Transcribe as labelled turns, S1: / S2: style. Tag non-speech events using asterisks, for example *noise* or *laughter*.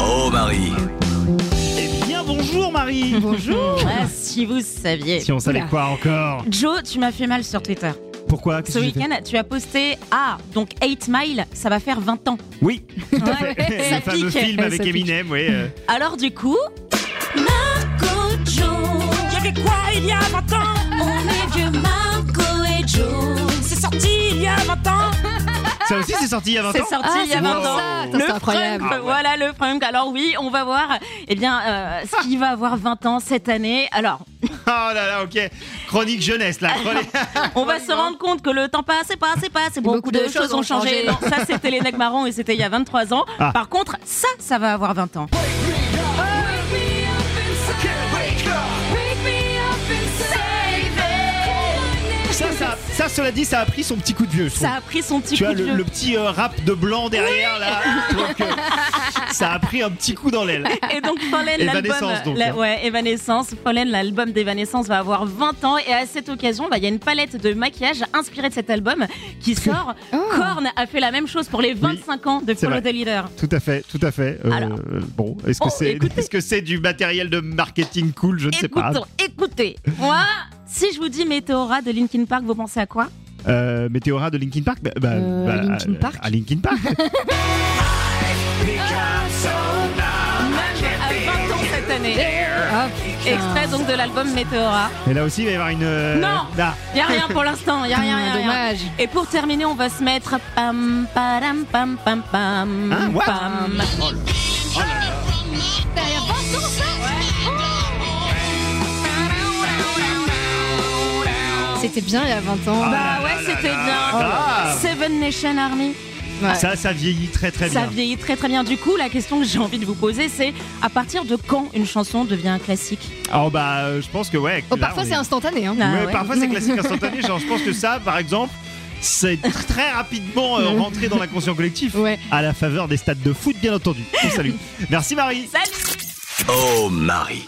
S1: Oh Marie
S2: Eh bien, bonjour *laughs* Marie
S3: Bonjour Ah, Si vous saviez.
S2: Si on savait quoi encore
S3: Joe, tu m'as fait mal sur Twitter.
S2: Pourquoi Qu'est-ce
S3: Ce
S2: que j'ai fait
S3: week-end, tu as posté Ah, donc 8 Mile, ça va faire 20 ans.
S2: Oui, tout à fait.
S3: Ça
S2: le fameux
S3: pique.
S2: film
S3: Ouais,
S2: avec
S3: ça pique.
S2: Eminem, oui. euh.
S3: Alors, du coup.
S4: Marco Joe. Il y avait quoi il y a 20 ans On est vieux Marco et Joe. C'est sorti il y a 20 ans.
S2: Ça aussi, c'est sorti il y a 20
S3: Ah, C'est
S2: ans
S3: sorti il y a
S2: c'est
S3: 20
S2: pour ça.
S3: ans.
S5: Ça, Ah, c'est
S3: Le
S5: incroyable.
S3: Frump,
S2: Ah ouais.
S3: voilà le Frump. Alors oui, on va voir eh bien, euh, ce qui va avoir 20 ans cette année. Alors,
S2: Oh là là, ok. Chronique jeunesse, là. Chronique-
S3: on va se rendre compte que le temps passe et passe et passe. Et beaucoup, de, choses, ont changé. Non, ça, c'était les Marron et c'était il y a 23 ans.
S2: Ah.
S3: Par contre, ça, ça va avoir 20 ans.
S2: *laughs* ça, ça, ça, cela dit, ça a pris son petit coup de vieux, je trouve.
S3: Ça a pris son petit
S2: Tu
S3: coup
S2: as
S3: de
S2: le,
S3: vieux.
S2: le petit euh, rap de blanc derrière, là. Donc, euh, ça a pris un petit coup dans l'aile.
S3: Et donc Fallen, l'album,
S2: Evanescence, donc,
S3: la-
S2: hein.
S3: ouais, Evanescence, Fallen, l'album d'Evanescence va avoir 20 ans et à cette occasion, bah, il y a une palette de maquillage inspirée de cet album qui sort. Korn a fait la même chose pour les 25 ans de
S2: Oh. c'est
S3: Follow
S2: vrai.
S3: the Leader.
S2: Tout à fait, tout à fait. Euh,
S3: Alors.
S2: bon, est-ce que
S3: Bon,
S2: c'est
S3: écoutez.
S2: est-ce que c'est du matériel de marketing cool Je ne sais pas.
S3: Écoutons, écoutez, moi, si je vous dis Météora de Linkin Park, vous pensez à quoi
S2: Euh, Météora de Linkin Park bah, bah,
S5: Euh,
S2: bah,
S5: Linkin
S2: euh,
S5: Park
S2: À Linkin Park.
S3: Même à 20 ans cette année. Extrait donc de l'album Météora.
S2: Et là aussi, il va y avoir une. euh,
S3: Non.
S2: là.
S3: Y a rien pour l'instant, y a rien, y a rien.
S5: dommage.
S3: Et pour terminer, on va se mettre pam pam pam pam pam
S2: Hein, what
S3: pam.
S5: C'était bien il y a 20 ans.
S2: Ah
S3: Bah
S2: là
S3: ouais,
S2: là
S3: c'était
S2: là
S3: bien.
S2: là.
S3: Seven Nation Army,
S5: Ouais.
S2: Ça, ça vieillit très très
S3: ça
S2: bien.
S3: vieillit très très bien. Du coup, la question que j'ai envie de vous poser, c'est à partir de quand une chanson devient un classique
S2: Alors bah, euh, je pense que ouais.
S5: Oh,
S2: là,
S5: parfois
S2: on
S5: c'est
S2: est-
S5: instantané. Hein.
S3: Ah
S2: Ouais,
S3: ouais.
S2: Parfois c'est classique instantané. Genre, je pense que ça, par exemple, c'est tr- très rapidement euh, rentré dans l'inconscient collectif.
S5: Ouais.
S2: À la faveur des stades de foot, bien entendu. On salue. Merci Marie.
S3: Salut
S1: Oh Marie